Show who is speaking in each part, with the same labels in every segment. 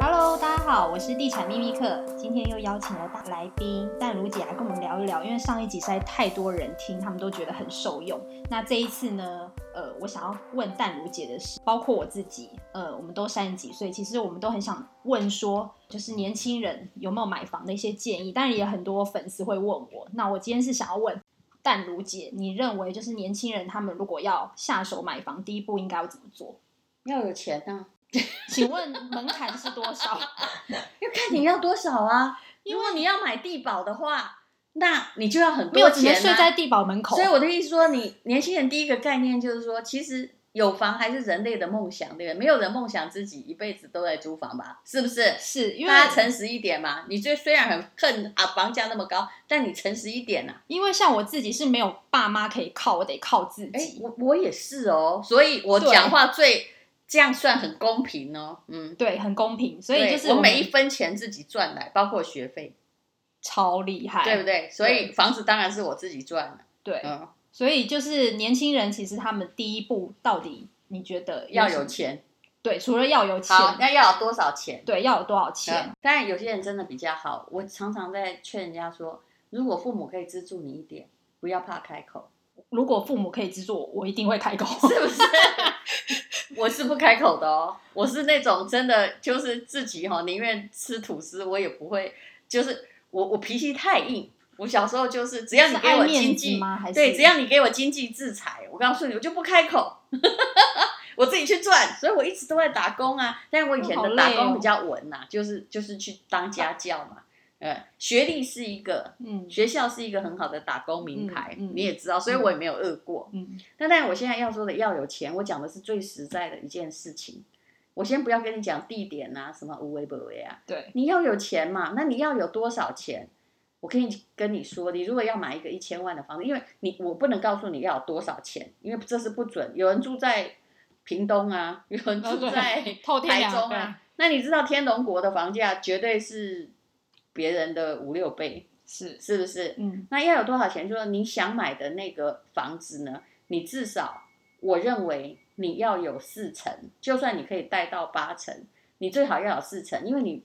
Speaker 1: Hello，大家好，我是地产秘密课，今天又邀请了大来宾淡如姐来跟我们聊一聊，因为上一集实在太多人听，他们都觉得很受用。那这一次呢，呃，我想要问淡如姐的是，包括我自己，呃，我们都三十几岁，其实我们都很想问说，就是年轻人有没有买房的一些建议，当然也很多粉丝会问我，那我今天是想要问。淡如姐，你认为就是年轻人他们如果要下手买房，第一步应该要怎么做？
Speaker 2: 要有钱啊呐、
Speaker 1: 请问门槛是多少？
Speaker 2: 要看你要多少啊。
Speaker 1: 嗯因
Speaker 2: 如
Speaker 1: 为
Speaker 2: 果你要买地保的话，那你就要很
Speaker 1: 没有
Speaker 2: 多
Speaker 1: 只能
Speaker 2: 钱、啊、
Speaker 1: 睡在地堡门口。
Speaker 2: 所以我的意思说，你年轻人第一个概念就是说，其实有房还是人类的梦想，对不对？没有人梦想自己一辈子都在租房吧？是不是？
Speaker 1: 是因为
Speaker 2: 大家诚实一点嘛。你最虽然很恨啊房价那么高，但你诚实一点啊呐、
Speaker 1: 因为像我自己是没有爸妈可以靠，我得靠自
Speaker 2: 哎、
Speaker 1: 己。
Speaker 2: 我我也是哦，所以我
Speaker 1: 对
Speaker 2: 讲话最这样算很公平哦。嗯，
Speaker 1: 对，很公平，所以
Speaker 2: 对
Speaker 1: 就是
Speaker 2: 我
Speaker 1: 们
Speaker 2: 每一分钱自己赚来，包括学费，
Speaker 1: 超厉害，
Speaker 2: 对不对？所以
Speaker 1: 对
Speaker 2: 房子当然是我自己赚的。
Speaker 1: 对
Speaker 2: 嗯，
Speaker 1: 所以就是年轻人，其实他们第一步到底你觉得
Speaker 2: 要
Speaker 1: 什
Speaker 2: 有
Speaker 1: 么？
Speaker 2: 钱。
Speaker 1: 对，除了要有钱，
Speaker 2: 好，那要有多少钱？
Speaker 1: 对，要有多少钱？
Speaker 2: 嗯当然，有些人真的比较好。我常常在劝人家说，如果父母可以资助你一点，不要怕开口，
Speaker 1: 如果父母可以资助我，我一定会开口。
Speaker 2: 是 不是？我是不开口的哦，我是那种真的就是自己哈、哦，宁愿吃吐司，我也不会，就是我我脾气太硬。我小时候就是，只要你
Speaker 1: 是
Speaker 2: 给我
Speaker 1: 爱
Speaker 2: 经
Speaker 1: 面子
Speaker 2: 济，
Speaker 1: 吗？还是
Speaker 2: 对，只要你给我经济制裁，我告诉你，我就不开口， 我自己去赚。所以我一直都在打工啊，但我以前
Speaker 1: 好
Speaker 2: 的
Speaker 1: 累
Speaker 2: 打
Speaker 1: 哦
Speaker 2: 工比较稳呐、就是就是去当家教嘛。呃，学历是一个，
Speaker 1: 嗯
Speaker 2: 学校是一个很好的打工名牌，
Speaker 1: 嗯嗯
Speaker 2: 你也知道，所以我也没有饿过。
Speaker 1: 嗯，
Speaker 2: 那但我现在要说的要有钱，我讲的是最实在的一件事情。我先不要跟你讲地点啊，什么无为不为啊，
Speaker 1: 对，
Speaker 2: 你要有钱嘛，那你要有多少钱？我可以跟你说，你如果要买一个一千万的房子，因为你我不能告诉你要有多少钱，因为这是不准。有人住在屏东啊，有人
Speaker 1: 哦
Speaker 2: 住
Speaker 1: 对
Speaker 2: 在
Speaker 1: 透天
Speaker 2: 台
Speaker 1: 两
Speaker 2: 中
Speaker 1: 对
Speaker 2: 啊， 那你知道天龙国的房价绝对是别人的五六倍，
Speaker 1: 是，
Speaker 2: 是不是？
Speaker 1: 嗯
Speaker 2: 那要有多少钱？就是你想买的那个房子呢？你至少，我认为你要有四成，就算你可以贷到八成，你最好要有四成，因为你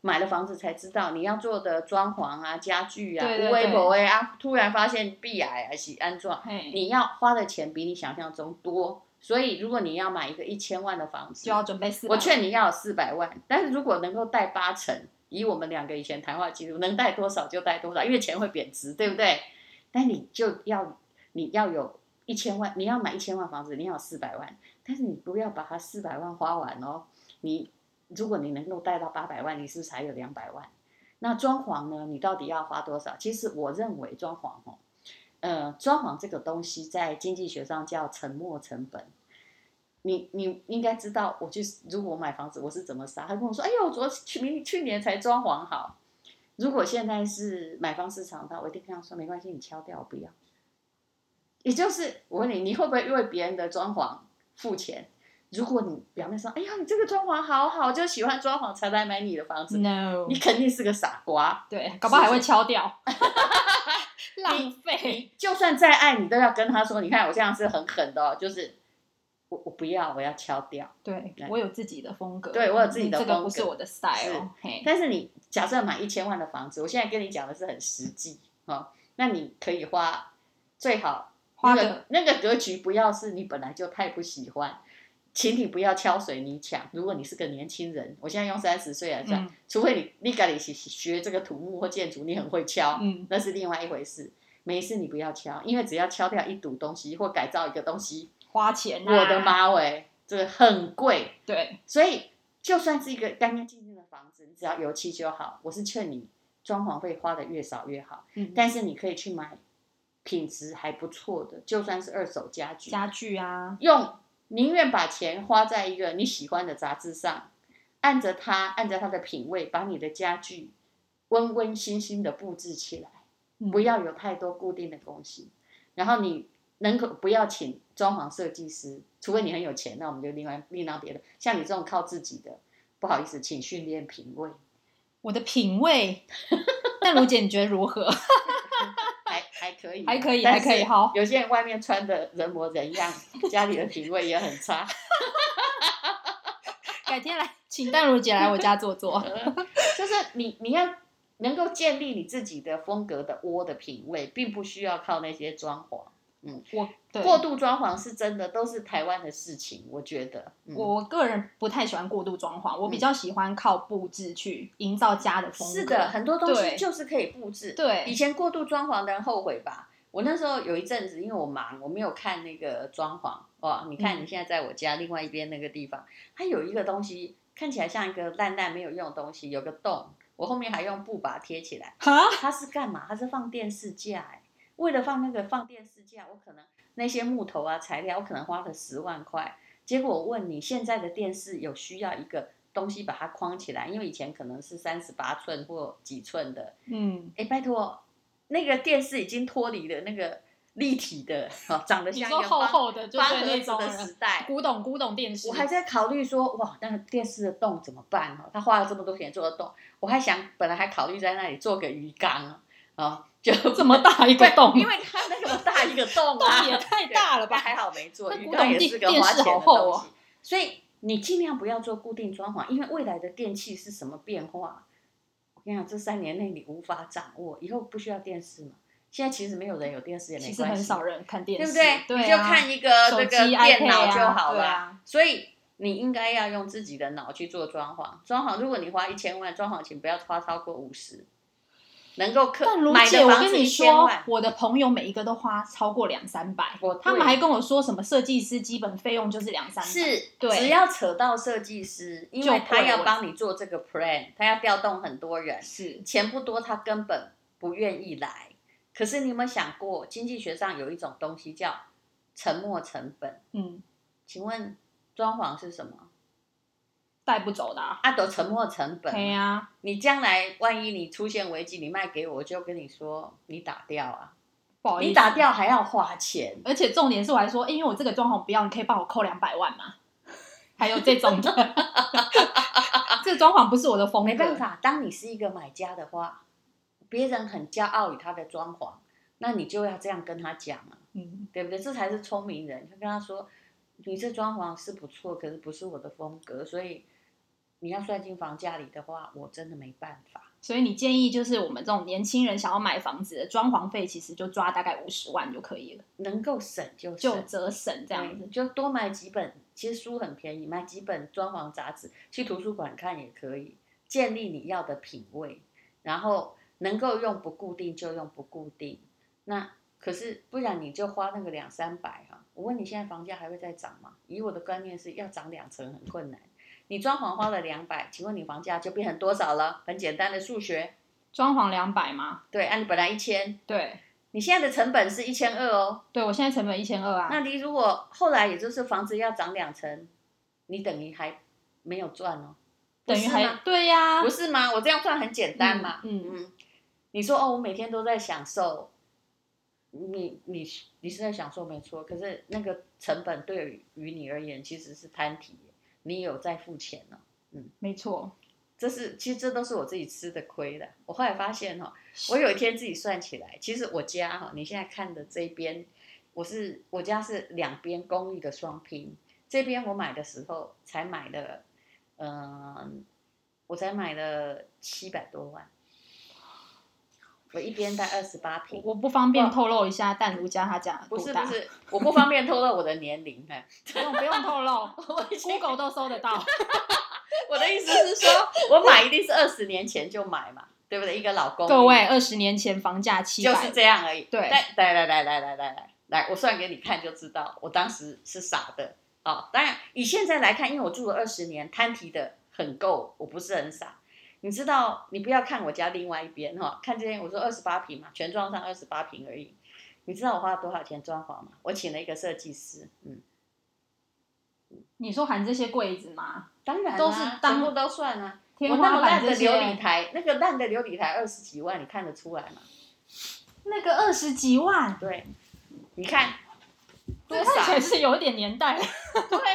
Speaker 2: 买了房子才知道你要做的装潢啊、家具啊、
Speaker 1: 对对
Speaker 2: 微
Speaker 1: 对
Speaker 2: 博啊，突然发现壁癌还是安装，
Speaker 1: 嘿，
Speaker 2: 你要花的钱比你想象中多。所以，如果你要买一个一千万的房子，
Speaker 1: 就要准备四百。
Speaker 2: 我劝你要有四百万，但是如果能够贷八成，以我们两个以前谈话记录，能贷多少就贷多少，因为钱会贬值，对不对？但你就要你要有一千万，你要买一千万房子，你要有四百万，但是你不要把它四百万花完哦。你如果你能够贷到八百万，你是不是还有两百万？那装潢呢？你到底要花多少？其实我认为装潢哦，呃，装潢这个东西在经济学上叫沉没成本。你你应该知道，我就是如果我买房子，我是怎么杀？他跟我说：“哎呦，我昨去明去年才装潢好。”如果现在是买方市场的话，我一定跟他说：“没关系，你敲掉，我不要。”也就是我问你，你会不会因为别人的装潢付钱？如果你表面上，哎呀，你这个装潢好好，就喜欢装潢才来买你的房子，
Speaker 1: No，
Speaker 2: 你肯定是个傻瓜。
Speaker 1: 对，搞不好还
Speaker 2: 是
Speaker 1: 会敲 掉，浪费。
Speaker 2: 你就算再爱你，都要跟他说：“你看我这样是很狠的、哦，就是我我不要，我要敲掉。”
Speaker 1: 对
Speaker 2: 对
Speaker 1: 我有自己的风格，
Speaker 2: 对我有自己的
Speaker 1: 嗯这个
Speaker 2: 风
Speaker 1: 不
Speaker 2: 格
Speaker 1: 是我的 style。嘿，
Speaker 2: 但是你假设买一千万的房子，我现在跟你讲的是很实际哦，那你可以花最好
Speaker 1: 花
Speaker 2: 那
Speaker 1: 个
Speaker 2: 个那个格局不要是你本来就太不喜欢，请你不要敲水泥墙。如果你是个年轻人，我现在用三十岁来讲，
Speaker 1: 嗯
Speaker 2: 除非你你敢你学这个土木或建筑，你很会敲，
Speaker 1: 嗯，
Speaker 2: 那是另外一回事。每一次你不要敲，因为只要敲掉一堵东西或改造一个东西，
Speaker 1: 花钱、啊，
Speaker 2: 我的，妈喂，这个很贵。
Speaker 1: 对，
Speaker 2: 所以，就算是一个干干净净的房子，你只要油漆就好。我是劝你，装潢费花的越少越好。
Speaker 1: 嗯，
Speaker 2: 但是你可以去买品质还不错的，就算是二手家具，
Speaker 1: 家具啊，
Speaker 2: 用宁愿把钱花在一个你喜欢的杂志上，按着它，按着它的品味，把你的家具温温馨馨的布置起来。
Speaker 1: 嗯
Speaker 2: 不要有太多固定的东西，然后你能够不要请装潢设计师，除非你很有钱，那我们就另外另当别论。像你这种靠自己的，不好意思，请训练品味，
Speaker 1: 我的品味。但卢姐，你觉得如何？
Speaker 2: 还还可以以，啊
Speaker 1: 还可以
Speaker 2: 但
Speaker 1: 还可以
Speaker 2: 是
Speaker 1: 好
Speaker 2: 有些人外面穿的人模人样，家里的品味也很差。
Speaker 1: 改天来请淡如姐来我家坐 坐。
Speaker 2: 就是你你要能够建立你自己的风格的窝的品味，并不需要靠那些装潢。
Speaker 1: 我对
Speaker 2: 过度装潢是真的，都是台湾的事情，我觉得。嗯、
Speaker 1: 我我个人不太喜欢过度装潢，我比较喜欢靠布置去营造家的风格。
Speaker 2: 是的，，很多东西
Speaker 1: 对
Speaker 2: 就是可以布置。以
Speaker 1: 对，
Speaker 2: 前过度装潢的人后悔吧。我那时候有一阵子，因为我忙，我没有看那个装潢。哇，你看
Speaker 1: 嗯
Speaker 2: 你现在在我家另外一边那个地方，它有一个东西看起来像一个烂烂没有用的东西，有个洞，我后面还用布把它贴起来。
Speaker 1: 哈，
Speaker 2: 它是干嘛？它是放电视架、欸。为了放那个放电视架，我可能那些木头啊材料，我可能花了十万块。结果我问你，现在的电视有需要一个东西把它框起来，因为以前可能是三十八寸或几寸的，
Speaker 1: 嗯，
Speaker 2: 哎，拜托，那个电视已经脱离了那个立体的，哦、长得
Speaker 1: 你
Speaker 2: 像
Speaker 1: 说
Speaker 2: 一个
Speaker 1: 厚
Speaker 2: 方
Speaker 1: 厚的，就
Speaker 2: 方
Speaker 1: 是
Speaker 2: 盒
Speaker 1: 那
Speaker 2: 子
Speaker 1: 种
Speaker 2: 的时代。
Speaker 1: 古董古董电视，
Speaker 2: 我还在考虑说，哇，那个电视的洞怎么办哦？他花了这么多钱做的洞，我还想本来还考虑在那里做个鱼缸哦，就
Speaker 1: 这么大一
Speaker 2: 一
Speaker 1: 个洞，
Speaker 2: 因为它那么大 一个洞啊，
Speaker 1: 洞也太大了吧
Speaker 2: 对但还好没做，
Speaker 1: 那
Speaker 2: 鱼
Speaker 1: 古
Speaker 2: 缸
Speaker 1: 董
Speaker 2: 也
Speaker 1: 地
Speaker 2: 是个花钱
Speaker 1: 电视好
Speaker 2: 的
Speaker 1: 厚
Speaker 2: 东
Speaker 1: 哦
Speaker 2: 西，所以你尽量不要做固定装潢，因为未来的电器是什么变化，啊我跟你讲，这三年内你无法掌握，以后不需要电视嘛。现在其实没有人有电视也没
Speaker 1: 其实
Speaker 2: 关
Speaker 1: 很
Speaker 2: 系，
Speaker 1: 少人看电
Speaker 2: 对
Speaker 1: 视，
Speaker 2: 不对？
Speaker 1: 对啊，
Speaker 2: 你就看一个
Speaker 1: 手
Speaker 2: 这
Speaker 1: 机
Speaker 2: 个电脑
Speaker 1: iPad 啊
Speaker 2: 就好
Speaker 1: 对
Speaker 2: 了。
Speaker 1: 啊
Speaker 2: 所以你应该要用自己的脑去做装潢。装潢，如果你花一千万，装潢请不要花超过五十，能够克
Speaker 1: 但如
Speaker 2: 买
Speaker 1: 姐，
Speaker 2: 的
Speaker 1: 我
Speaker 2: 房
Speaker 1: 跟
Speaker 2: 子
Speaker 1: 你
Speaker 2: 一千
Speaker 1: 说
Speaker 2: 万，，
Speaker 1: 我的朋友每一个都花超过两三百
Speaker 2: 我，
Speaker 1: 他们
Speaker 2: 对
Speaker 1: 还跟我说什么设计师基本费用就是两三百，
Speaker 2: 是
Speaker 1: 对
Speaker 2: 只要扯到设计师，因为
Speaker 1: 就贵
Speaker 2: 他要
Speaker 1: 我
Speaker 2: 帮你做这个 plan，他要调动很多人，
Speaker 1: 是
Speaker 2: 钱不多，他根本不愿意来。可是你有没有想过，经济学上有一种东西叫沉没成本？
Speaker 1: 嗯，
Speaker 2: 请问装潢是什么？
Speaker 1: 带不走的、啊，
Speaker 2: 啊，都沉没成本嘛。
Speaker 1: 对呀、
Speaker 2: 你将来万一你出现危机，你卖给我，我就跟你说你打掉啊，
Speaker 1: 不好意思，
Speaker 2: 你打，掉还要花钱，
Speaker 1: 而且重点是我还说，哎、因为我这个装潢不要，你可以帮我扣两百万吗？还有这种 的，这装潢不是我的风格，
Speaker 2: 没办，法。当你是一个买家的话，别人很骄傲于他的装潢，那你就要这样跟他讲啊，
Speaker 1: 嗯，
Speaker 2: 对不对？这才是聪明人。你就跟他说，你这装潢是不错，可是不是我的风格，所以你要算进房价里的话，我真的没办法。
Speaker 1: 所以你建议就是我们这种年轻人想要买房子的装潢费，其实就抓大概五十万就可以了，
Speaker 2: 能够省就省
Speaker 1: 就折省这样
Speaker 2: 对
Speaker 1: 子，
Speaker 2: 就多买几本，其实书很便宜，买几本装潢杂志，去图书馆看也可以，建立你要的品味，然后能够用不固定就用不固定。那可是不然你就花那个两三百哈、我问你现在房价还会再涨吗？以我的观念是要涨两成很困难。你装潢花了两百，请问你房价就变成多少了？很简单的数学，
Speaker 1: 装潢两百吗？
Speaker 2: 对，按、你本来一千，
Speaker 1: 对，
Speaker 2: 你现在的成本是一千二哦，
Speaker 1: 对我现在成本一千二啊，
Speaker 2: 那你如果后来也就是房子要涨两成，你等于还没有赚哦，不
Speaker 1: 等于
Speaker 2: 是
Speaker 1: 还
Speaker 2: 吗
Speaker 1: 对呀、
Speaker 2: 不是吗？我这样赚很简单嘛。
Speaker 1: 嗯嗯
Speaker 2: 嗯，你说哦，我每天都在享受，你你你是在享受没错，可是那个成本对于于你而言其实是摊体耶，你有在付钱哦。
Speaker 1: 没错，
Speaker 2: 这是其实这都是我自己吃的亏的。我后来发现哈、哦我有一天自己算起来，其实我家哈、你现在看的这边，我是我家是两边公寓的双拼，这边我买的时候才买了，嗯、我才买了七百多万，我一边带二十八平
Speaker 1: 我。我不方便透露一下淡如家他家
Speaker 2: 不
Speaker 1: 多
Speaker 2: 是
Speaker 1: 大，
Speaker 2: 不是，我不方便透露我的年龄，哎，
Speaker 1: 不用不用透露
Speaker 2: 我已经
Speaker 1: ，Google 都搜得到。
Speaker 2: 我的意思是说， 我买一定是二十年前就买嘛，对不对？一个老公寓
Speaker 1: 各位，二十年前房价七
Speaker 2: 就
Speaker 1: 百
Speaker 2: 是，这样而已。
Speaker 1: 对
Speaker 2: 来来来来来来来来来，我算给你看就知道，我当时是傻的。好、当然以现在来看，因为我住了二十年，摊提的很够，我不是很傻。你知道，你不要看我家另外一边哈、看这边我说二十八平嘛，全装上二十八平而已。你知道我花了多少钱装潢吗？我请了一个设计师，嗯，
Speaker 1: 你说含这些柜子吗？
Speaker 2: 当然、啊、
Speaker 1: 都是当
Speaker 2: 全部都算啊。我
Speaker 1: 天
Speaker 2: 那
Speaker 1: 花
Speaker 2: 么烂
Speaker 1: 板
Speaker 2: 的
Speaker 1: 这
Speaker 2: 琉璃
Speaker 1: 些，
Speaker 2: 台，那个烂的琉璃台二十几万，你看得出来吗？
Speaker 1: 那个二十几万，
Speaker 2: 对，你看多
Speaker 1: 这看起
Speaker 2: 少
Speaker 1: 来？是有一点年代。
Speaker 2: 对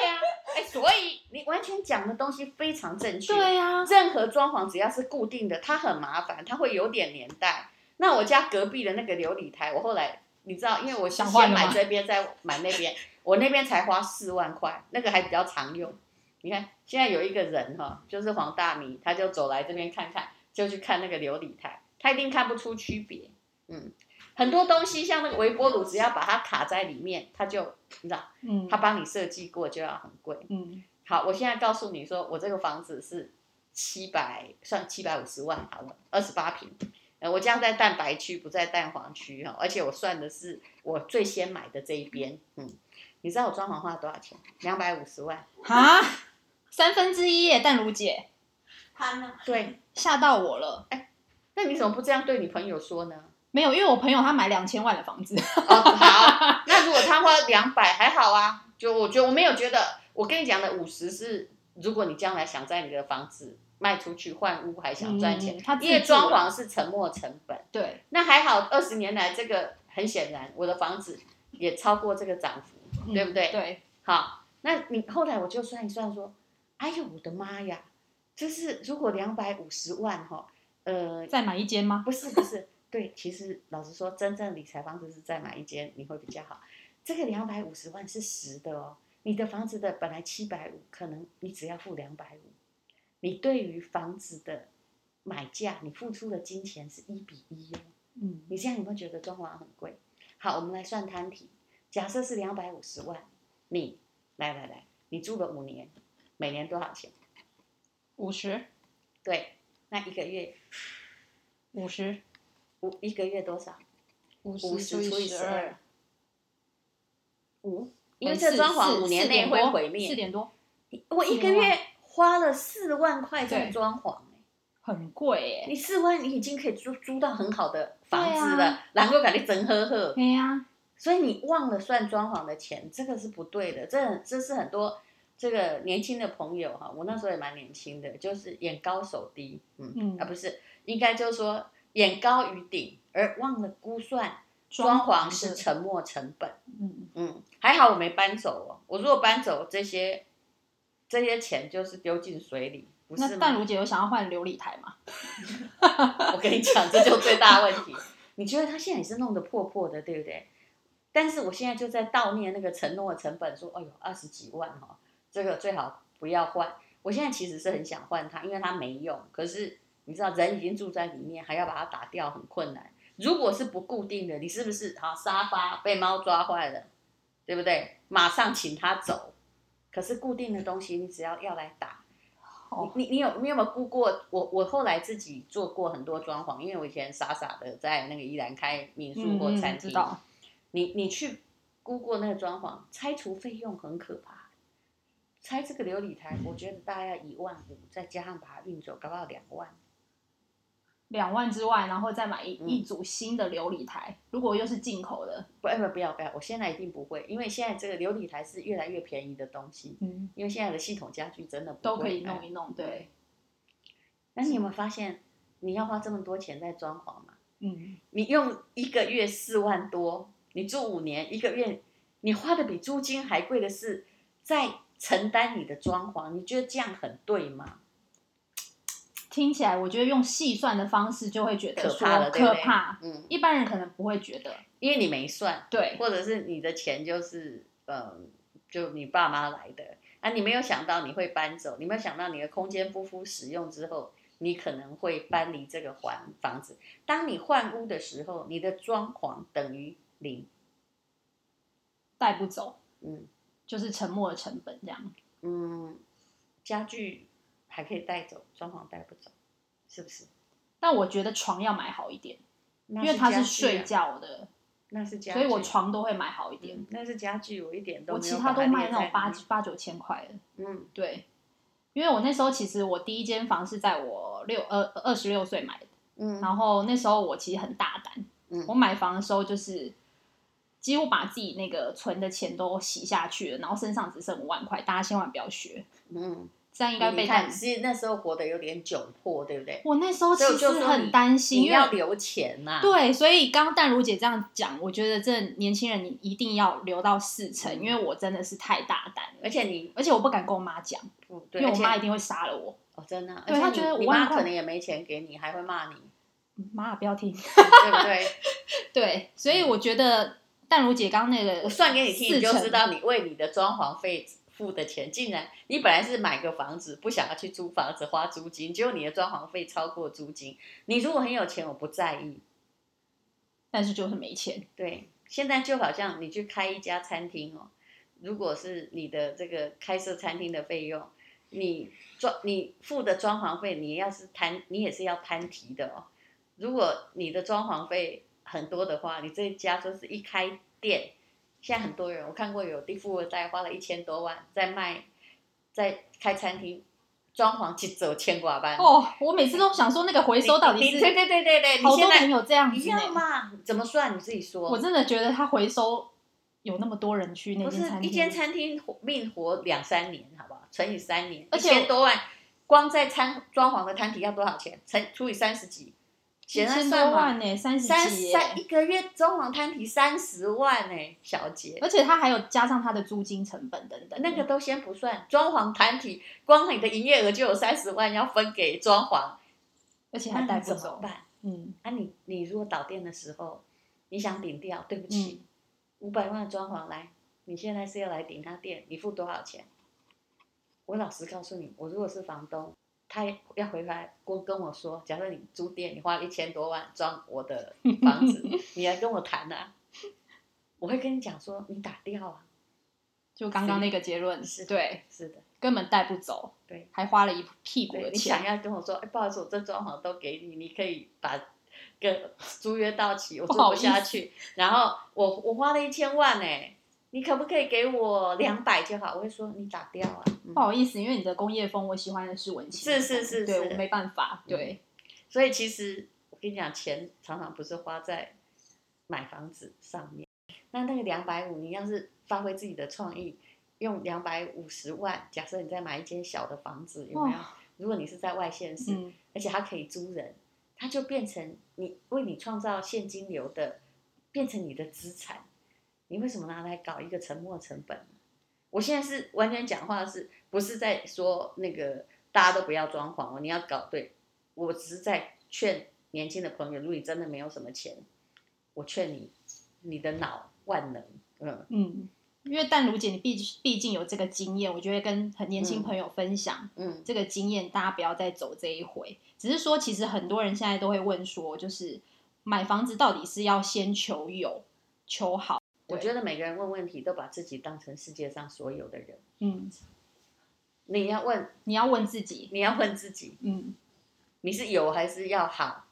Speaker 2: 呀、哎、所以你完全讲的东西非常正确。
Speaker 1: 对呀，
Speaker 2: 任何装潢只要是固定的，它很麻烦，它会有点年代。那我家隔壁的那个琉璃台，我后来你知道，因为我是
Speaker 1: 想换
Speaker 2: 先
Speaker 1: 了
Speaker 2: 买
Speaker 1: 吗
Speaker 2: 这边，再买那边，我那边才花四万块，那个还比较常用。你看，现在有一个人哈、就是黄大米，他就走来这边看看，就去看那个琉璃台，他一定看不出区别。嗯，很多东西像那个微波炉，只要把它卡在里面，它就你知道，
Speaker 1: 嗯，
Speaker 2: 他帮你设计过就要很贵。
Speaker 1: 嗯
Speaker 2: 好，我现在告诉你说，我这个房子是七百，算七百五十万好了，二十八平。呃，我这样在蛋白区，不在蛋黄区哈，而且我算的是我最先买的这一边，嗯，你知道我装潢花了多少钱？两百五 十万。
Speaker 1: 啊，三分之一耶，淡如姐
Speaker 3: 潘呢？
Speaker 2: 对，
Speaker 1: 吓到我了。
Speaker 2: 那你怎么不这样对你朋友说呢？
Speaker 1: 没有，因为我朋友他买两千万的房子，
Speaker 2: 哦，好，那如果他花两百还好啊，就我觉得我没有觉得，我跟你讲的五十是，如果你将来想在你的房子卖出去换屋还想赚钱，
Speaker 1: 嗯他自
Speaker 2: 因为
Speaker 1: 住
Speaker 2: 装
Speaker 1: 了
Speaker 2: 潢是沉没成本。
Speaker 1: 对，
Speaker 2: 那还好，二十年来这个很显然，我的房子也超过这个涨幅，
Speaker 1: 嗯
Speaker 2: 对不对？
Speaker 1: 对，
Speaker 2: 好，那你后来我就算一算说，哎呦我的妈呀，这是如果两百五十万哈、呃，
Speaker 1: 再买一间吗？
Speaker 2: 不是不是，对，其实老实说，真正理财方式是再买一间你会比较好。这个两百五十万是实的哦，你的房子的本来七百五，可能你只要付两百五，你对于房子的买价，你付出的金钱是一比一哦。
Speaker 1: 嗯
Speaker 2: 你这样有没有觉得装潢很贵？好，我们来算摊体，假设是两百五十万，你来来来，你住了五年，每年多少钱？
Speaker 1: 五十，
Speaker 2: 对，那一个月
Speaker 1: 五十，
Speaker 2: 五一个月多少？
Speaker 1: 五
Speaker 2: 五
Speaker 1: 除
Speaker 2: 十除以
Speaker 1: 十
Speaker 2: 十
Speaker 1: 二哎
Speaker 2: 二，，五，因为这装潢五年内会
Speaker 1: 嗯
Speaker 2: 毁
Speaker 1: 四
Speaker 2: 灭。
Speaker 1: 点多，
Speaker 2: 我一个月花了四万块
Speaker 1: 对
Speaker 2: 在装潢、
Speaker 1: 很贵耶。
Speaker 2: 你四万，你已经可以租租到很好的房子
Speaker 1: 对
Speaker 2: 了，
Speaker 1: 啊
Speaker 2: 然后把你整呵呵。
Speaker 1: 对哎呀，
Speaker 2: 所以你忘了算装潢的钱，这个是不对的。这这是很多这个年轻的朋友哈，我那时候也蛮年轻的，就是眼高手低，嗯
Speaker 1: 嗯
Speaker 2: 啊不是，应该就是说眼高于顶，而忘了估算装潢是
Speaker 1: 的
Speaker 2: 沉没成本。
Speaker 1: 嗯，
Speaker 2: 嗯，还好我没搬走哦，我如果搬走这些这些钱就是丢进水里，不是
Speaker 1: 那
Speaker 2: 吗
Speaker 1: 淡？如姐有想要换琉璃台吗？
Speaker 2: 我跟你讲，这就是最大的问题。你觉得他现在也是弄得破破的，对不对？但是我现在就在悼念那个承诺的成本，说，哎呦，二十几万哈、哦，这个最好不要换。我现在其实是很想换它，因为它没用。可是你知道，人已经住在里面，还要把它打掉，很困难。如果是不固定的，你是不是好沙发被猫抓坏了，对不对？马上请它走。可是固定的东西，你只要要来打，
Speaker 1: 哦，
Speaker 2: 你你有你有没有估过？我我后来自己做过很多装潢，因为我以前傻傻的在那个宜兰开民宿或餐
Speaker 1: 嗯，
Speaker 2: 厅
Speaker 1: 知。道，
Speaker 2: 你你去估过那个装潢，拆除费用很可怕。拆这个琉璃台，我觉得大概一万五，再加上把它运走，搞不好两万。
Speaker 1: 两万之外，然后再买一
Speaker 2: 嗯
Speaker 1: 一组新的琉璃台，如果又是进口的，
Speaker 2: 不呃不不要不要，我现在一定不会，因为现在这个琉璃台是越来越便宜的东西，
Speaker 1: 嗯，
Speaker 2: 因为现在的系统家具真的不
Speaker 1: 都
Speaker 2: 贵
Speaker 1: 可以
Speaker 2: 哎
Speaker 1: 弄一弄，对，
Speaker 2: 那你有没有发现，你要花这么多钱在装潢吗？
Speaker 1: 嗯，
Speaker 2: 你用一个月四万多，你住五年，一个月你花的比租金还贵的是在承担你的装潢，你觉得这样很对吗？
Speaker 1: 听起来我觉得用细算的方式就会觉得
Speaker 2: 可
Speaker 1: 说
Speaker 2: 怕了，对不
Speaker 1: 可
Speaker 2: 对？
Speaker 1: 怕，
Speaker 2: 嗯，
Speaker 1: 一般人可能不会觉得，
Speaker 2: 因为你没算，
Speaker 1: 对，
Speaker 2: 或者是你的钱就是呃，就你爸妈来的啊，你没有想到你会搬走，你没有想到你的空间不敷使用之后，你可能会搬离这个房房子。当你换屋的时候，你的装潢等于零，
Speaker 1: 带不走，
Speaker 2: 嗯。
Speaker 1: 就是沉默的成本这样，
Speaker 2: 嗯，家具还可以带走，装潢带不走，是不是？
Speaker 1: 但我觉得床要买好一点，
Speaker 2: 因
Speaker 1: 因为它是睡，觉的，
Speaker 2: 那是啊家具，
Speaker 1: 所以我床都会买好一点，
Speaker 2: 嗯那是家具，我一点都
Speaker 1: 我
Speaker 2: 没
Speaker 1: 其
Speaker 2: 有
Speaker 1: 他
Speaker 2: 把
Speaker 1: 都
Speaker 2: 它
Speaker 1: 卖
Speaker 2: 列
Speaker 1: 那种
Speaker 2: 在
Speaker 1: 八
Speaker 2: 里
Speaker 1: 八九千块的，
Speaker 2: 面嗯
Speaker 1: 对，因为我那时候其实我第一间房是在我六呃二十六岁买的，
Speaker 2: 嗯
Speaker 1: 然后那时候我其实很大胆，
Speaker 2: 嗯
Speaker 1: 我买房的时候就是几乎把自己那个存的钱都洗下去了，然后身上只剩五万块，大家千万不要学，
Speaker 2: 嗯，
Speaker 1: 这样应该
Speaker 2: 你
Speaker 1: 被
Speaker 2: 看，
Speaker 1: 淡。
Speaker 2: 其实那时候活得有点窘迫，对不对？
Speaker 1: 我那时候其
Speaker 2: 所以我
Speaker 1: 实
Speaker 2: 就说
Speaker 1: 很
Speaker 2: 你
Speaker 1: 担心，
Speaker 2: 你
Speaker 1: 因
Speaker 2: 要
Speaker 1: 为
Speaker 2: 留钱呐、，
Speaker 1: 对，所以刚刚淡如姐这样讲，我觉得这年轻人你一定要留到四成，因为我真的是太大胆了，
Speaker 2: 而且你
Speaker 1: 而且我不敢跟我妈讲，
Speaker 2: 不对，
Speaker 1: 因为
Speaker 2: 而
Speaker 1: 我
Speaker 2: 且
Speaker 1: 妈一定会杀了我。
Speaker 2: 哦，真的啊，
Speaker 1: 对
Speaker 2: 而且
Speaker 1: 她
Speaker 2: 你
Speaker 1: 觉得
Speaker 2: 你
Speaker 1: 五万
Speaker 2: 妈
Speaker 1: 块
Speaker 2: 可能也没钱给你，还会骂你，
Speaker 1: 妈不要听。
Speaker 2: 对不对？
Speaker 1: 对，所以我觉得淡如姐刚刚那个，
Speaker 2: 我算给你听，你就
Speaker 1: 四成
Speaker 2: 知道你为你的装潢费付的钱，竟然你本来是买个房子，不想要去租房子花租金，结果你的装潢费超过租金。你如果很有钱，我不在意。
Speaker 1: 但是就是没钱。
Speaker 2: 对，现在就好像你去开一家餐厅哦，如果是你的这个开设餐厅的费用，你装你付的装潢费，你要是摊，你也是要摊提的哦。如果你的装潢费很多的话，你这一家就是一开店，现在很多人我看过有地富二代花了一千多万在卖，在开餐厅，装潢去走千挂班。
Speaker 1: 哦，我每次都想说那个回收到底
Speaker 2: 你
Speaker 1: 是，
Speaker 2: 对对对对对，你
Speaker 1: 好
Speaker 2: 现
Speaker 1: 多
Speaker 2: 在
Speaker 1: 朋友这样
Speaker 2: 一
Speaker 1: 子
Speaker 2: 样
Speaker 1: 呢。
Speaker 2: 嘛？怎么算你自己说？
Speaker 1: 我真的觉得他回收有那么多人去那
Speaker 2: 不
Speaker 1: 间
Speaker 2: 是
Speaker 1: 餐
Speaker 2: 一
Speaker 1: 厅，
Speaker 2: 间餐厅活命活两三年，好不好？乘以三年，
Speaker 1: 而
Speaker 2: 一
Speaker 1: 且
Speaker 2: 千多万，光在餐装潢的摊体要多少钱？乘除以三十几，
Speaker 1: 一
Speaker 2: 简单
Speaker 1: 千
Speaker 2: 啊算
Speaker 1: 多
Speaker 2: 嘛，
Speaker 1: 万呢、三十
Speaker 2: 三
Speaker 1: 几耶、
Speaker 2: 三一个月装潢摊体三十万呢、小姐，
Speaker 1: 而且他还有加上他的租金成本等等。
Speaker 2: 那个都先不算，装潢摊体光你的营业额就有三十万要分给装潢，
Speaker 1: 而且
Speaker 2: 那
Speaker 1: 还带
Speaker 2: 你
Speaker 1: 不
Speaker 2: 怎么
Speaker 1: 走。
Speaker 2: 办？
Speaker 1: 嗯，
Speaker 2: 啊你，你如果倒店的时候，你想顶掉，对不
Speaker 1: 嗯
Speaker 2: 起，五百、万的装潢来，你现在是要来顶他店，你付多少钱？我老实告诉你，我如果是房东，他要回来跟跟我说，假设你租店，你花了一千多万装我的房子，你来跟我谈啊，我会跟你讲说，你打掉啊，
Speaker 1: 就刚刚那个结论，
Speaker 2: 是
Speaker 1: 对，
Speaker 2: 是的，
Speaker 1: 根本带不走，
Speaker 2: 对，
Speaker 1: 还花了一屁股
Speaker 2: 对
Speaker 1: 的
Speaker 2: 你想
Speaker 1: 钱。
Speaker 2: 要跟我说，哎，不好意思，我这装潢都给你，你可以把跟租约到期，我
Speaker 1: 不
Speaker 2: 做
Speaker 1: 好
Speaker 2: 不
Speaker 1: 意
Speaker 2: 下
Speaker 1: 思
Speaker 2: 去，然后我我花了一千万呢、你可不可以给我两百就好？我会说你打掉啊，嗯
Speaker 1: 不好意思，因为你的工业风，我喜欢的是文青风，
Speaker 2: 是是是
Speaker 1: 对
Speaker 2: 是
Speaker 1: 我没办法，
Speaker 2: 嗯
Speaker 1: 对，
Speaker 2: 所以其实我跟你讲，钱常常不是花在买房子上面。那那个两百五，你要是发挥自己的创意，用两百五十万，假设你再买一间小的房子，有没有？
Speaker 1: 哇
Speaker 2: 如果你是在外县市，
Speaker 1: 嗯，
Speaker 2: 而且它可以租人，它就变成你为你创造现金流的，变成你的资产。你为什么拿来搞一个沉没成本呢？我现在是完全讲话是不是在说那个大家都不要装潢哦？你要搞对，我只是在劝年轻的朋友，如果你真的没有什么钱，我劝你，你的脑万能，嗯，
Speaker 1: 嗯，因为淡如姐你毕毕竟有这个经验，我就会跟很年轻
Speaker 2: 嗯
Speaker 1: 朋友分享、
Speaker 2: 嗯，
Speaker 1: 这个经验，大家不要再走这一回。只是说，其实很多人现在都会问说，就是买房子到底是要先求有，求好，
Speaker 2: 我觉得每个人问问题都把自己当成世界上所有的人，
Speaker 1: 嗯，
Speaker 2: 你要问，
Speaker 1: 你要问自己，
Speaker 2: 你要问自己，
Speaker 1: 嗯，
Speaker 2: 你是有还是要好，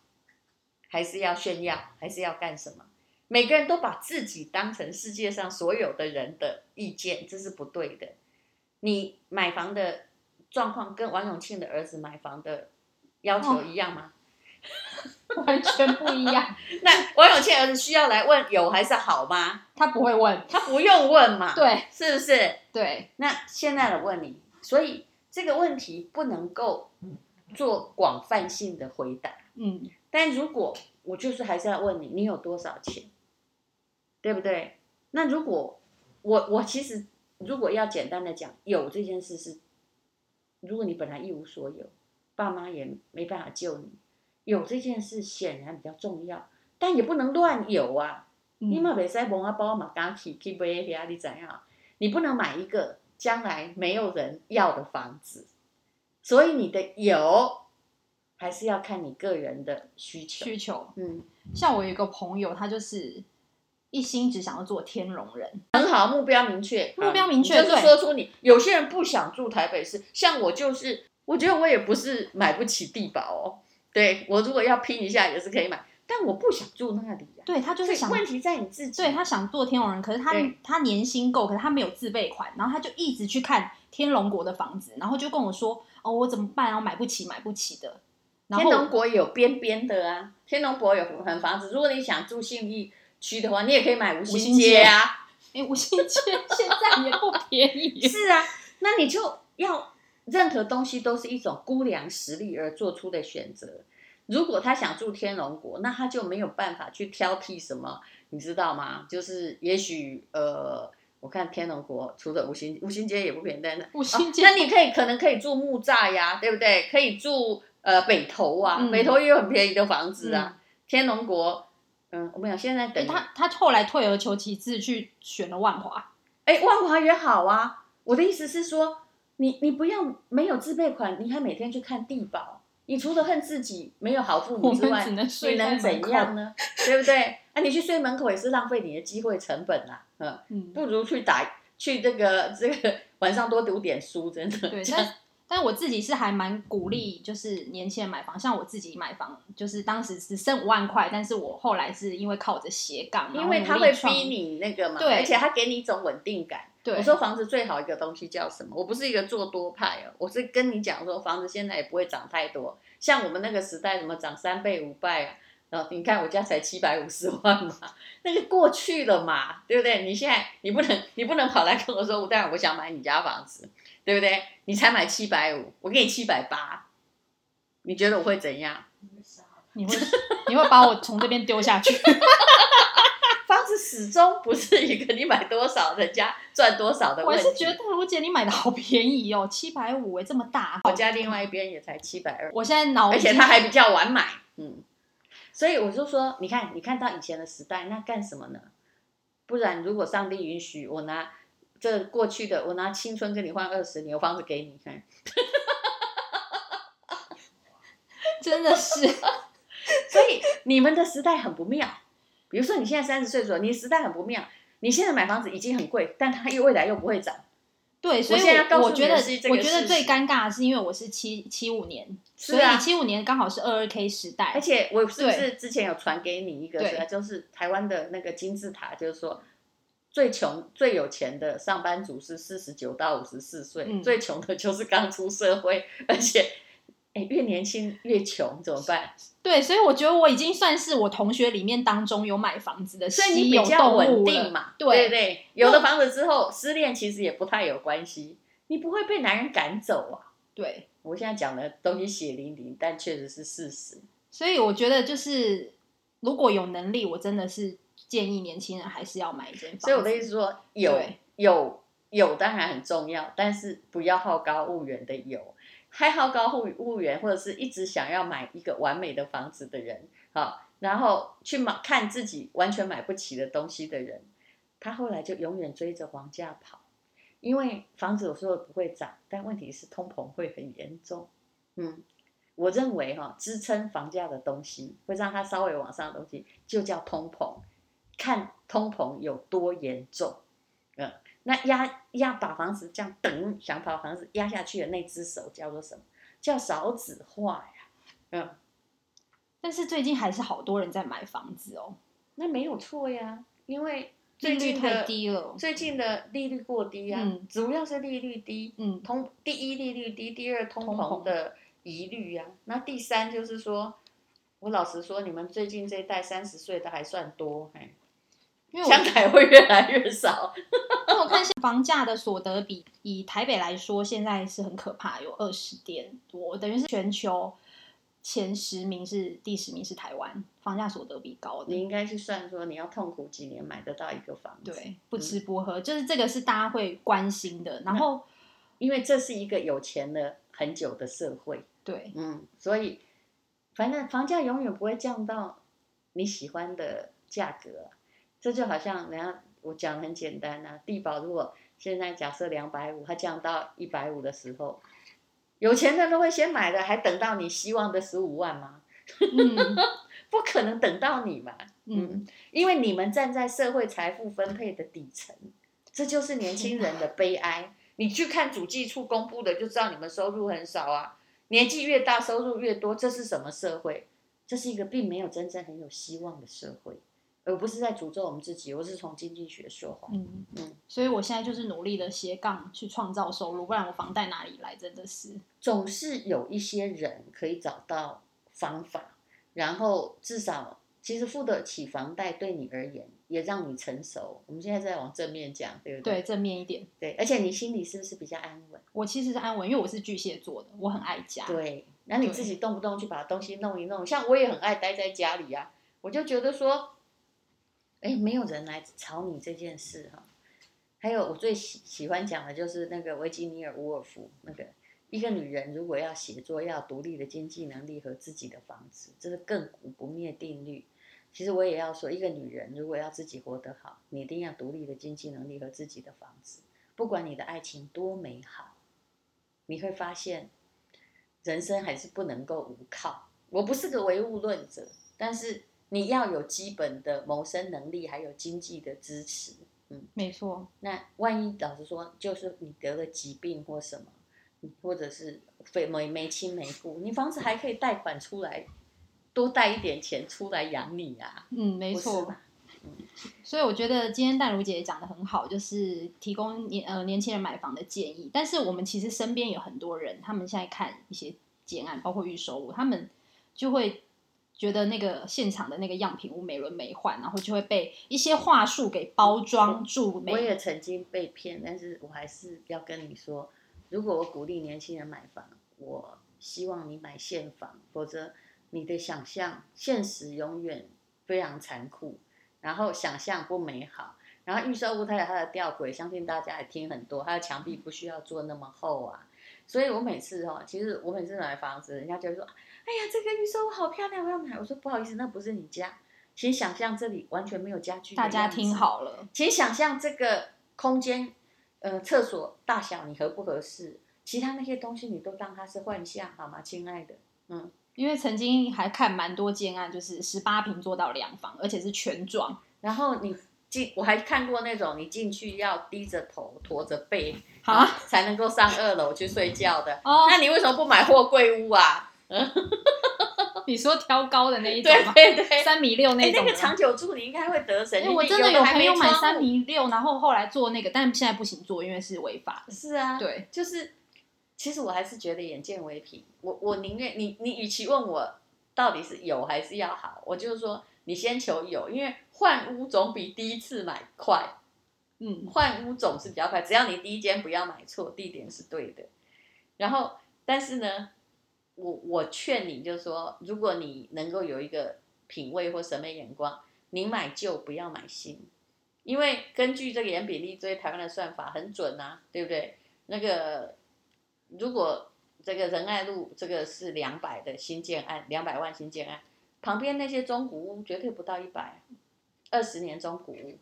Speaker 2: 还是要炫耀，还是要干什么？每个人都把自己当成世界上所有的人的意见，这是不对的。你买房的状况跟王永庆的儿子买房的要求一样吗？
Speaker 1: 完全不一 样。
Speaker 2: 那王永庆儿子需要来问有还是好吗？
Speaker 1: 他不会问，
Speaker 2: 他不用问嘛，
Speaker 1: 对
Speaker 2: 是不是？
Speaker 1: 对，
Speaker 2: 那现在我问你，所以这个问题不能够做广泛性的回答。
Speaker 1: 嗯，
Speaker 2: 但如果我就是还是要问你，你有多少钱，对不对？那如果我我其实如果要简单的讲，有这件事是，如果你本来一无所有，爸妈也没办法救你，有这件事显然比较重要，但也不能乱有啊。
Speaker 1: 嗯
Speaker 2: 你嘛袂使蒙啊包嘛敢去去买遐，你知影？你不能买一个将来没有人要的房子，所以你的有还是要看你个人的需求。
Speaker 1: 需求。
Speaker 2: 嗯，
Speaker 1: 像我有一个朋友，他就是一心只想要做天龙人，
Speaker 2: 很好，目标明确，啊
Speaker 1: 目标明确
Speaker 2: 好你就是
Speaker 1: 对
Speaker 2: 说出你有些人不想住台北市，像我就是，我觉得我也不是买不起地保哦，对我如果要拼一下也是可以买，但我不想住那里呀、
Speaker 1: 对他就是想
Speaker 2: 所以问题在你自己。啊
Speaker 1: 对他想做天龙人，可是他
Speaker 2: 对
Speaker 1: 他年薪够，可是他没有自备款，然后他就一直去看天龙国的房子，然后就跟我说：“哦，我怎么办啊？我买不起，买不起的。”然
Speaker 2: 天龙
Speaker 1: 后
Speaker 2: 国也有边边的啊，天龙国有很房子，如果你想住信义区的话，你也可以买五星街啊。
Speaker 1: 哎，五 星街现在也不便宜。
Speaker 2: 是啊，那你就要任何东西都是一种估量实力而做出的选择。如果他想住天龙国，那他就没有办法去挑剔什么，你知道吗？就是也许呃，我看天龙国除了五星五星街也不便宜，但是
Speaker 1: 五星
Speaker 2: 哦那
Speaker 1: 街
Speaker 2: 你可以可能可以住木栅呀，对不对？可以住呃北投啊，
Speaker 1: 嗯
Speaker 2: 北投也有很便宜的房子啊，天龙国，嗯，我们讲现在等于
Speaker 1: 他他后来退而求其次去选了万华，
Speaker 2: 哎，万华也好啊。我的意思是说，你你不要没有自备款，你还每天去看地保，你除了恨自己没有好父
Speaker 1: 我
Speaker 2: 母之
Speaker 1: 们
Speaker 2: 外
Speaker 1: 只，能
Speaker 2: 你
Speaker 1: 睡在
Speaker 2: 能
Speaker 1: 门
Speaker 2: 怎
Speaker 1: 口。
Speaker 2: 样呢？对不对？啊，你去睡门口也是浪费你的机会成本啦、嗯，
Speaker 1: 嗯，
Speaker 2: 不如去打去这个这个晚上多读点书，真的。
Speaker 1: 对，
Speaker 2: 这样
Speaker 1: 但但我自己是还蛮鼓励，就是年轻人买房。像我自己买房，就是当时只剩五万块，但是我后来是因为靠着斜杠，
Speaker 2: 因为
Speaker 1: 然后
Speaker 2: 他
Speaker 1: 努力
Speaker 2: 会
Speaker 1: 创
Speaker 2: 逼，你那个嘛，
Speaker 1: 对
Speaker 2: 而且他给你一种稳定感。
Speaker 1: 对，
Speaker 2: 我说房子最好一个东西叫什么？我不是一个做多派哦，我是跟你讲说房子现在也不会涨太多，像我们那个时代什么涨三倍五倍啊，然后你看我家才七百五十万嘛，那个过去了嘛，对不对？你现在你不能你不能跑来跟我说，吴大我想买你家房子，对不对？你才买七百五，我给你七百八，你觉得我会怎样？
Speaker 1: 你会你会把我从这边丢下 去。
Speaker 2: 房子始终不是一个你买多少人家赚多少的
Speaker 1: 我
Speaker 2: 问
Speaker 1: 还
Speaker 2: 题。
Speaker 1: 是觉得如姐你买的好便宜哦，七百五哎，这么大。
Speaker 2: 我家另外一边也才七百二。
Speaker 1: 我现在脑
Speaker 2: 而
Speaker 1: 哦已经
Speaker 2: 且它还比较晚买，嗯，所以我就说，你看，你看到以前的时代，那干什么呢？不然，如果上帝允许，我拿这过去的，我拿青春跟你换二十年，我房子给你嗯看。
Speaker 1: 真的是
Speaker 2: 所以你们的时代很不妙。比如说，你现在三十岁左右，你的时代很不妙。你现在买房子已经很贵，但它又未来又不会涨，
Speaker 1: 对，所以
Speaker 2: 我现在告诉
Speaker 1: 我觉
Speaker 2: 你
Speaker 1: 得
Speaker 2: 的是这个
Speaker 1: 我觉得
Speaker 2: 事
Speaker 1: 最
Speaker 2: 实
Speaker 1: 尴尬的是因为我是七七五年，
Speaker 2: 是
Speaker 1: 所以
Speaker 2: 啊
Speaker 1: 七五年刚好是二二 K 时代，
Speaker 2: 而且我是不
Speaker 1: 对
Speaker 2: 是之前有传给你一个，
Speaker 1: 对
Speaker 2: 就是台湾的那个金字塔，就是说最穷、最有钱的上班族是四十九到五十四岁，
Speaker 1: 嗯
Speaker 2: 最穷的就是刚出社会，而且哎越年轻越穷怎么办？
Speaker 1: 对，所以我觉得我已经算是我同学里面当中有买房子的
Speaker 2: 所以
Speaker 1: 稀
Speaker 2: 你
Speaker 1: 有
Speaker 2: 比较
Speaker 1: 动
Speaker 2: 稳
Speaker 1: 物
Speaker 2: 定
Speaker 1: 了。
Speaker 2: 嘛，
Speaker 1: 对
Speaker 2: 对对，有了房子之后，失恋其实也不太有关系，你不会被男人赶走啊。
Speaker 1: 对，
Speaker 2: 我现在讲的东西血淋淋，但确实是事实。
Speaker 1: 所以我觉得就是如果有能力，我真的是建议年轻人还是要买一间房子。
Speaker 2: 所以我的意思说，有
Speaker 1: 对
Speaker 2: 有有当然很重要，但是不要好高骛远的有。还好高骛骛远，或者是一直想要买一个完美的房子的人，好，然后去买看自己完全买不起的东西的人，他后来就永远追着房价跑，因为房子有时候不会涨，但问题是通膨会很严重。嗯，我认为哈、支撑房价的东西，会让它稍微往上的东西，就叫通膨。看通膨有多严重，嗯，那压压把房子这样等想把房子压下去的那只手叫做什么？叫少子化呀，嗯，
Speaker 1: 但是最近还是好多人在买房子哦，
Speaker 2: 那没有错呀，因为
Speaker 1: 利
Speaker 2: 最
Speaker 1: 率
Speaker 2: 近
Speaker 1: 太
Speaker 2: 的
Speaker 1: 低了。
Speaker 2: 最近的利率过低呀、
Speaker 1: 嗯
Speaker 2: 主要是利率低，
Speaker 1: 嗯，
Speaker 2: 通第一利率低，第二通
Speaker 1: 通膨
Speaker 2: 膨的疑虑呀、那第三就是说，我老实说，你们最近这一代三十岁的还算多，哎，
Speaker 1: 因为我
Speaker 2: 将来会越来越少。
Speaker 1: 因为我看现在房价的所得比，以台北来说，现在是很可怕，有二十点多，等于是全球前十名是第十名是台湾，房价所得比高的
Speaker 2: 你。应该去算说你要痛苦几年买得到一个房子，，
Speaker 1: 对，不吃不喝，就是这个是大家会关心的。
Speaker 2: 嗯
Speaker 1: 然后，
Speaker 2: 因为这是一个有钱了很久的社会，
Speaker 1: 对
Speaker 2: 嗯，所以反正房价永远不会降到你喜欢的价格啊、这就好像人家我讲得很简单啊，地保如果现在假设两百五，它降到一百五的时候，有钱人都会先买的，还等到你希望的十五万吗？
Speaker 1: 嗯
Speaker 2: 不可能等到你嘛，
Speaker 1: 嗯，
Speaker 2: 因为你们站在社会财富分配的底层，这就是年轻人的悲哀。你去看主计处公布的，就知道你们收入很少啊。年纪越大，收入越多，这是什么社会？这是一个并没有真正很有希望的社会。而不是在诅咒我们自己，我是从经济学说话。
Speaker 1: 嗯
Speaker 2: 嗯
Speaker 1: 所以我现在就是努力的斜杠去创造收入，不然我房贷哪里来？真的是，
Speaker 2: 总是有一些人可以找到方法，然后至少其实付得起房贷对你而言，也让你成熟。我们现在在往正面讲，对不
Speaker 1: 对，正面一点。
Speaker 2: 对，而且你心里是不是比较安稳？
Speaker 1: 我其实是安稳，因为我是巨蟹座的，我很爱家。
Speaker 2: 对，然后你
Speaker 1: 对
Speaker 2: 自己动不动去把东西弄一弄，像我也很爱待在家里啊，我就觉得说，哎，没有人来吵你这件事哈、还有我最喜喜欢讲的就是那个维吉尼尔·伍尔夫那个一个女人如果要写作，要有独立的经济能力和自己的房子，这是亘古不灭定律。其实我也要说，一个女人如果要自己活得好，你一定要独立的经济能力和自己的房子。不管你的爱情多美好，你会发现，人生还是不能够无靠。我不是个唯物论者，但是你要有基本的谋生能力，还有经济的支持。
Speaker 1: 没错，
Speaker 2: 那万一老实说，就是你得了疾病或什么，或者是非没没亲没故，你房子还可以贷款出来，多贷一点钱出来养你啊，
Speaker 1: 嗯，没
Speaker 2: 不是
Speaker 1: 错。
Speaker 2: 吧？
Speaker 1: 所以我觉得今天淡如姐也讲的很好，就是提供年呃年轻人买房的建议。但是我们其实身边有很多人，他们现在看一些简案，包括预售屋，他们就会觉得那个现场的那个样品屋美轮美奂，然后就会被一些话术给包装住
Speaker 2: 我
Speaker 1: 美。
Speaker 2: 也曾经被骗，但是我还是要跟你说，如果我鼓励年轻人买房，我希望你买现房，否则你的想象现实永远非常残酷，然后想象不美好。然后预售屋它有它的吊诡，相信大家也听很多，它的墙壁不需要做那么厚啊。所以我每次哦，其实我每次买房子，人家就会说：“哎呀，这个预售屋好漂亮，我要买。”我说：“不好意思，那不是你家，请想象这里完全没有家具。”
Speaker 1: 大家听。好了，
Speaker 2: 请想象这个空间，呃，厕所大小你合不合适，其他那些东西你都当它是幻象，好吗，亲爱的？
Speaker 1: 因为曾经还看蛮多建案，就是十八平做到两房，而且是全幢。
Speaker 2: 然后你进，我还看过那种你进去要低着头、驼着背
Speaker 1: 啊，
Speaker 2: 才能够上二楼去睡觉的。
Speaker 1: 哦，
Speaker 2: 那你为什么不买货柜屋啊？
Speaker 1: 你说挑高的那一种
Speaker 2: 对
Speaker 1: 吗？
Speaker 2: 对对，
Speaker 1: 三米六
Speaker 2: 哎
Speaker 1: 那，种
Speaker 2: 那
Speaker 1: 吗。
Speaker 2: 个长久住你应该会得神
Speaker 1: 因为
Speaker 2: 经
Speaker 1: 我
Speaker 2: 病，
Speaker 1: 真的有
Speaker 2: 还
Speaker 1: 朋
Speaker 2: 没
Speaker 1: 友买
Speaker 2: 窗户
Speaker 1: 三，米六，然后后来做那个，但现在不行做，因为是违法的。
Speaker 2: 是啊，
Speaker 1: 对，
Speaker 2: 就是，其实我还是觉得眼见为凭。我我宁愿你你，与其问我到底是有还是要好，我就是说你先求有，因为换屋总比第一次买快，
Speaker 1: 嗯，
Speaker 2: 换屋总是比较快，只要你第一间不要买错，地点是对的。然后，但是呢，我我劝你就是说，如果你能够有一个品味或审美眼光，你买旧不要买新，因为根据这个盐比例追台湾的算法很准啊，对不对？那个如果这个仁爱路这个是两百的新建案，两百万新建案，旁边那些中古屋绝对不到一百，二十年中古屋。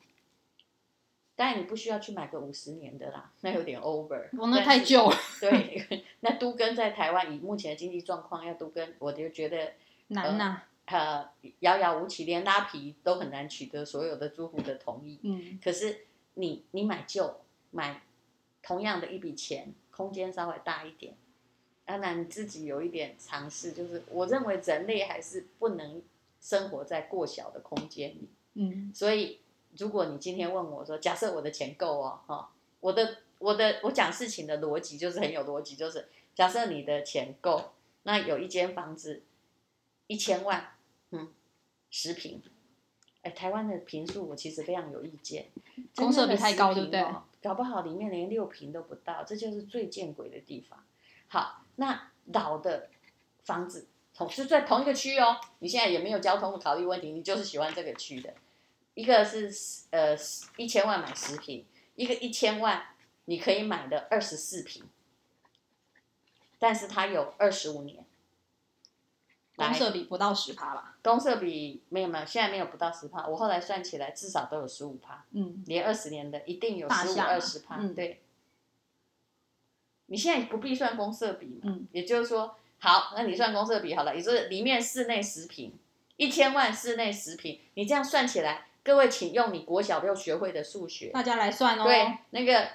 Speaker 2: 当然，你不需要去买个五十年的啦，那有点 over。
Speaker 1: 我哦那太
Speaker 2: 旧。
Speaker 1: 旧了，
Speaker 2: 对， 那都跟在台湾以目前的经济状况要都跟，我就觉得
Speaker 1: 难呐、
Speaker 2: 呃遥遥无期，连拉皮都很难取得所有的住户的同意。
Speaker 1: 嗯，
Speaker 2: 可是你你买旧买同样的一笔钱，空间稍微大一点，当然你自己有一点尝试，就是我认为人类还是不能生活在过小的空间里。
Speaker 1: 嗯，
Speaker 2: 所以，如果你今天问我说，假设我的钱够哦，哈、我的我的我讲事情的逻辑就是很有逻辑，就是假设你的钱够，那有一间房子一千万，嗯，十平，哎，台湾的平数我其实非常有意见，
Speaker 1: 公设比太高
Speaker 2: 真正的
Speaker 1: 对
Speaker 2: 10
Speaker 1: 不
Speaker 2: 平哦？搞不好里面连六平都不到，这就是最见鬼的地方。好，那老的房子同就在同一个区哦，你现在也没有交通的考虑问题，你就是喜欢这个区的。一个是呃一千万买十平，一个一千万你可以买的二十四平，但是它有二十五年。
Speaker 1: 公
Speaker 2: 来
Speaker 1: 社比不到十趴吧，
Speaker 2: 公社比没有没有，现在没有不到十趴，我后来算起来至少都有十五趴。
Speaker 1: 嗯，
Speaker 2: 连二十年的一定有
Speaker 1: 大
Speaker 2: 十五
Speaker 1: 项嘛
Speaker 2: 二十趴，
Speaker 1: 嗯
Speaker 2: 对。你现在不必算公社比嘛，
Speaker 1: 嗯
Speaker 2: 也就是说，好，那你算公社比好了，也就是里面室内十平，一千万室内十平，你这样算起来，各位请用你国小六学会的数学，
Speaker 1: 大家来算哦。
Speaker 2: 对，，那个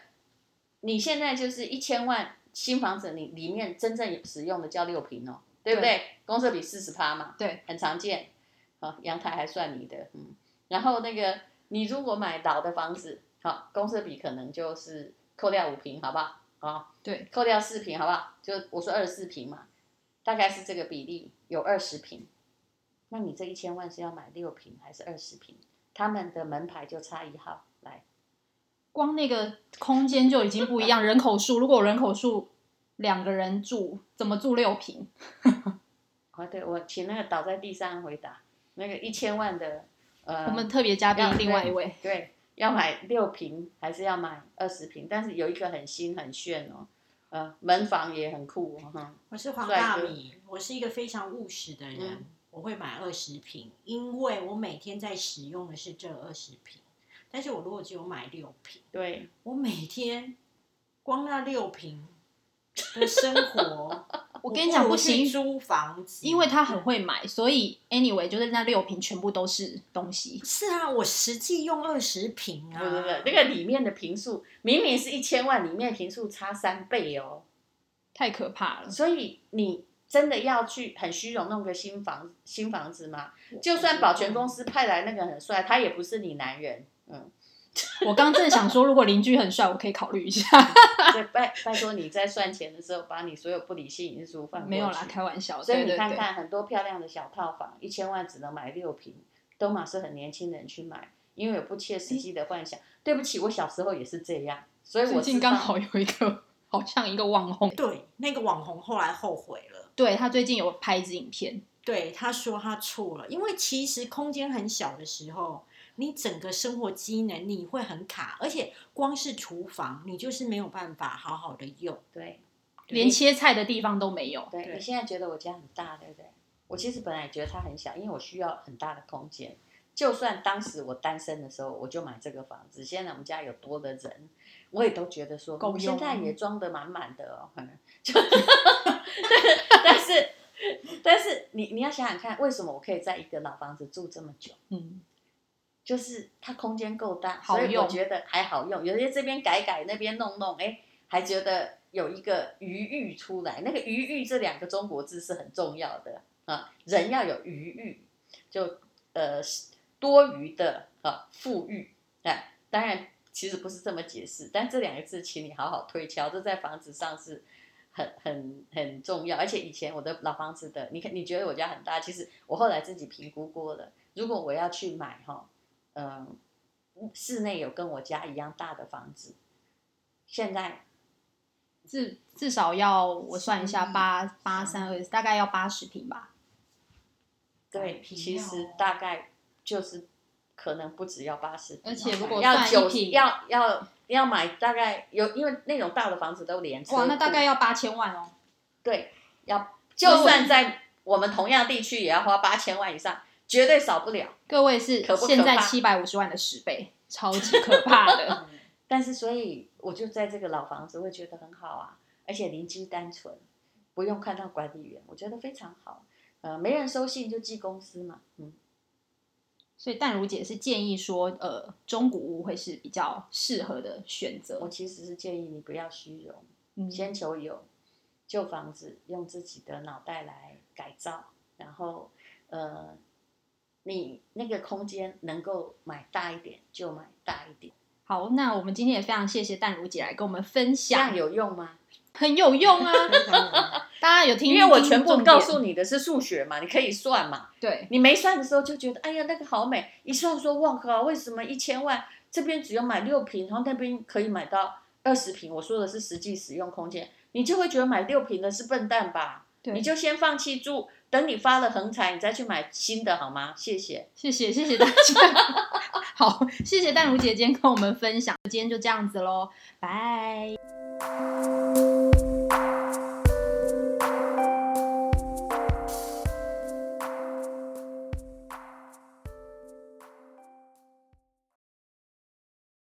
Speaker 2: 你现在就是一千万新房子，你里面真正有使用的叫六平哦，对不对？公设比四十趴嘛，
Speaker 1: 对，
Speaker 2: 很常见。好、阳台还算你的，嗯。然后那个你如果买老的房子，好、公设比可能就是扣掉五平，好不好？啊、
Speaker 1: 对，
Speaker 2: 扣掉四平，好不好？就我说二十四平嘛，大概是这个比例，有二十平。那你这一千万是要买六平还是二十平？他们的门牌就差一号，来。
Speaker 1: 光那个空间就已经不一样，人口数，如果人口数两个人住，怎么住六平？
Speaker 2: 哦，对，我请那个倒在地上回答那个一千万的，呃，
Speaker 1: 我们特别嘉宾
Speaker 2: 要
Speaker 1: 另外一位，
Speaker 2: 对要买六平还是要买二十平？但是有一个很新很炫哦，呃，门房也很酷哦哈。
Speaker 3: 我是黄
Speaker 2: 帅
Speaker 3: 大
Speaker 2: 哥
Speaker 3: 米，我是一个非常务实的人，
Speaker 2: 嗯
Speaker 3: 我会买二十瓶，因为我每天在使用的是这二十瓶，但是我如果只有买六瓶，
Speaker 2: 对，
Speaker 3: 我每天光那六瓶的生活，
Speaker 1: 我跟你讲
Speaker 3: 不
Speaker 1: 不
Speaker 3: 如去
Speaker 1: 行
Speaker 3: 租房子，
Speaker 1: 因为他很会买，所以 anyway 就是那六瓶全部都是东西。
Speaker 3: 是啊，我实际用二十瓶啊，
Speaker 2: 不不不，那个里面的平数明明是一千万，里面平数差三倍哦。
Speaker 1: 太可怕了！
Speaker 2: 所以你真的要去很虚荣弄个新房新房子吗？就算保全公司派来那个很帅，他也不是你男人。嗯，
Speaker 1: 我刚正想说，如果邻居很帅，我可以考虑一下。
Speaker 2: 所以拜拜托你在算钱的时候，把你所有不理性因素放过去
Speaker 1: 没有啦，开玩笑。
Speaker 2: 所以
Speaker 1: 对
Speaker 2: 你
Speaker 1: 对
Speaker 2: 看
Speaker 1: 对
Speaker 2: 看，很多漂亮的小套房，一千万只能买六平，都嘛是很年轻人去买，因为有不切实际的幻想。对不起，我小时候也是这样，所以我
Speaker 1: 最近
Speaker 2: 知道
Speaker 1: 刚好有一个，好像一个网红，
Speaker 3: 对，那个网红后来后悔了。
Speaker 1: 对他最近有拍一支影片，
Speaker 3: 对，他说他错了，因为其实空间很小的时候，你整个生活机能你会很卡，而且光是厨房你就是没有办法好好的用。
Speaker 2: 对
Speaker 1: 连切菜的地方都没有。
Speaker 2: 对
Speaker 3: 对
Speaker 2: 你现在觉得我家很大，对不对？我其实本来觉得它很小，因为我需要很大的空间。就算当时我单身的时候，我就买这个房子。现在我们家有多的人，我也都觉得说，
Speaker 1: 够
Speaker 2: 我现
Speaker 1: 用啊
Speaker 2: 在也装得满满的哦。嗯 就但是但是你你要想想看，为什么我可以在一个老房子住这么久？
Speaker 1: 嗯，
Speaker 2: 就是它空间够大，
Speaker 1: 好
Speaker 2: 所以我
Speaker 1: 用
Speaker 2: 觉得还好用。有些这边改改，那边弄弄，哎，还觉得有一个余裕出来。那个余裕这两个中国字是很重要的啊，人要有余裕，就呃多余的啊富裕啊。当然，其实不是这么解释，但这两个字，请你好好推敲，这在房子上是。很很很重要，而且以前我的老房子的，你看你觉得我家很大，其实我后来自己评估过了，如果我要去买哈，嗯，室内有跟我家一样大的房子，现在
Speaker 1: 至至少要我算一下，
Speaker 3: 嗯
Speaker 1: 八八三二，大概要八十平吧。
Speaker 2: 对，
Speaker 3: 皮
Speaker 2: 其实
Speaker 3: 哦
Speaker 2: 大概就是可能不只要八十，
Speaker 1: 而且如果
Speaker 2: 要
Speaker 1: 嗯算一
Speaker 2: 九
Speaker 1: 平
Speaker 2: 要要要买大概有，因为那种大的房子都连车
Speaker 1: 哇，那
Speaker 2: 库
Speaker 1: 大概要八千万哦。
Speaker 2: 对要，就算在我们同样地区也要花八千万以上，绝对少不了。
Speaker 1: 各位是
Speaker 2: 可不可
Speaker 1: 现在
Speaker 2: 怕
Speaker 1: 七百五十万的十倍，超 级可怕的。
Speaker 2: 但是所以我就在这个老房子会觉得很好啊，而且邻居单纯，不用看到管理员，我觉得非常好。呃，没人收信就寄公司嘛，嗯，
Speaker 1: 所以淡如姐是建议说，呃，中古屋会是比较适合的选
Speaker 2: 我
Speaker 1: 择。
Speaker 2: 其实是建议你不要虚荣，
Speaker 1: 嗯，
Speaker 2: 先求有，旧房子用自己的脑袋来改造，然后呃，你那个空间能够买大一点就买大一点，
Speaker 1: 好，那我们今天也非常谢谢淡如姐来跟我们分
Speaker 2: 这样
Speaker 1: 享，
Speaker 2: 有用吗？
Speaker 1: 很有用 啊！
Speaker 3: 非常有
Speaker 1: 大家有听？
Speaker 2: 因为我
Speaker 1: 听
Speaker 2: 全部
Speaker 1: 重
Speaker 2: 告
Speaker 1: 点
Speaker 2: 诉你的是数学嘛，你可以算嘛，
Speaker 1: 对，
Speaker 2: 你没算的时候就觉得，哎呀，那个好美！一算说，哇靠，为什么一千万这边只有买六平，然后那边可以买到二十平？我说的是实际使用空间，你就会觉得买六平的是笨蛋吧？
Speaker 1: 对
Speaker 2: 你就先放弃住，等你发了横财，你再去买新的好吗？谢谢。
Speaker 1: 谢谢谢谢大 家。好，谢谢淡如姐今天跟我们分享，今天就这样子喽，拜。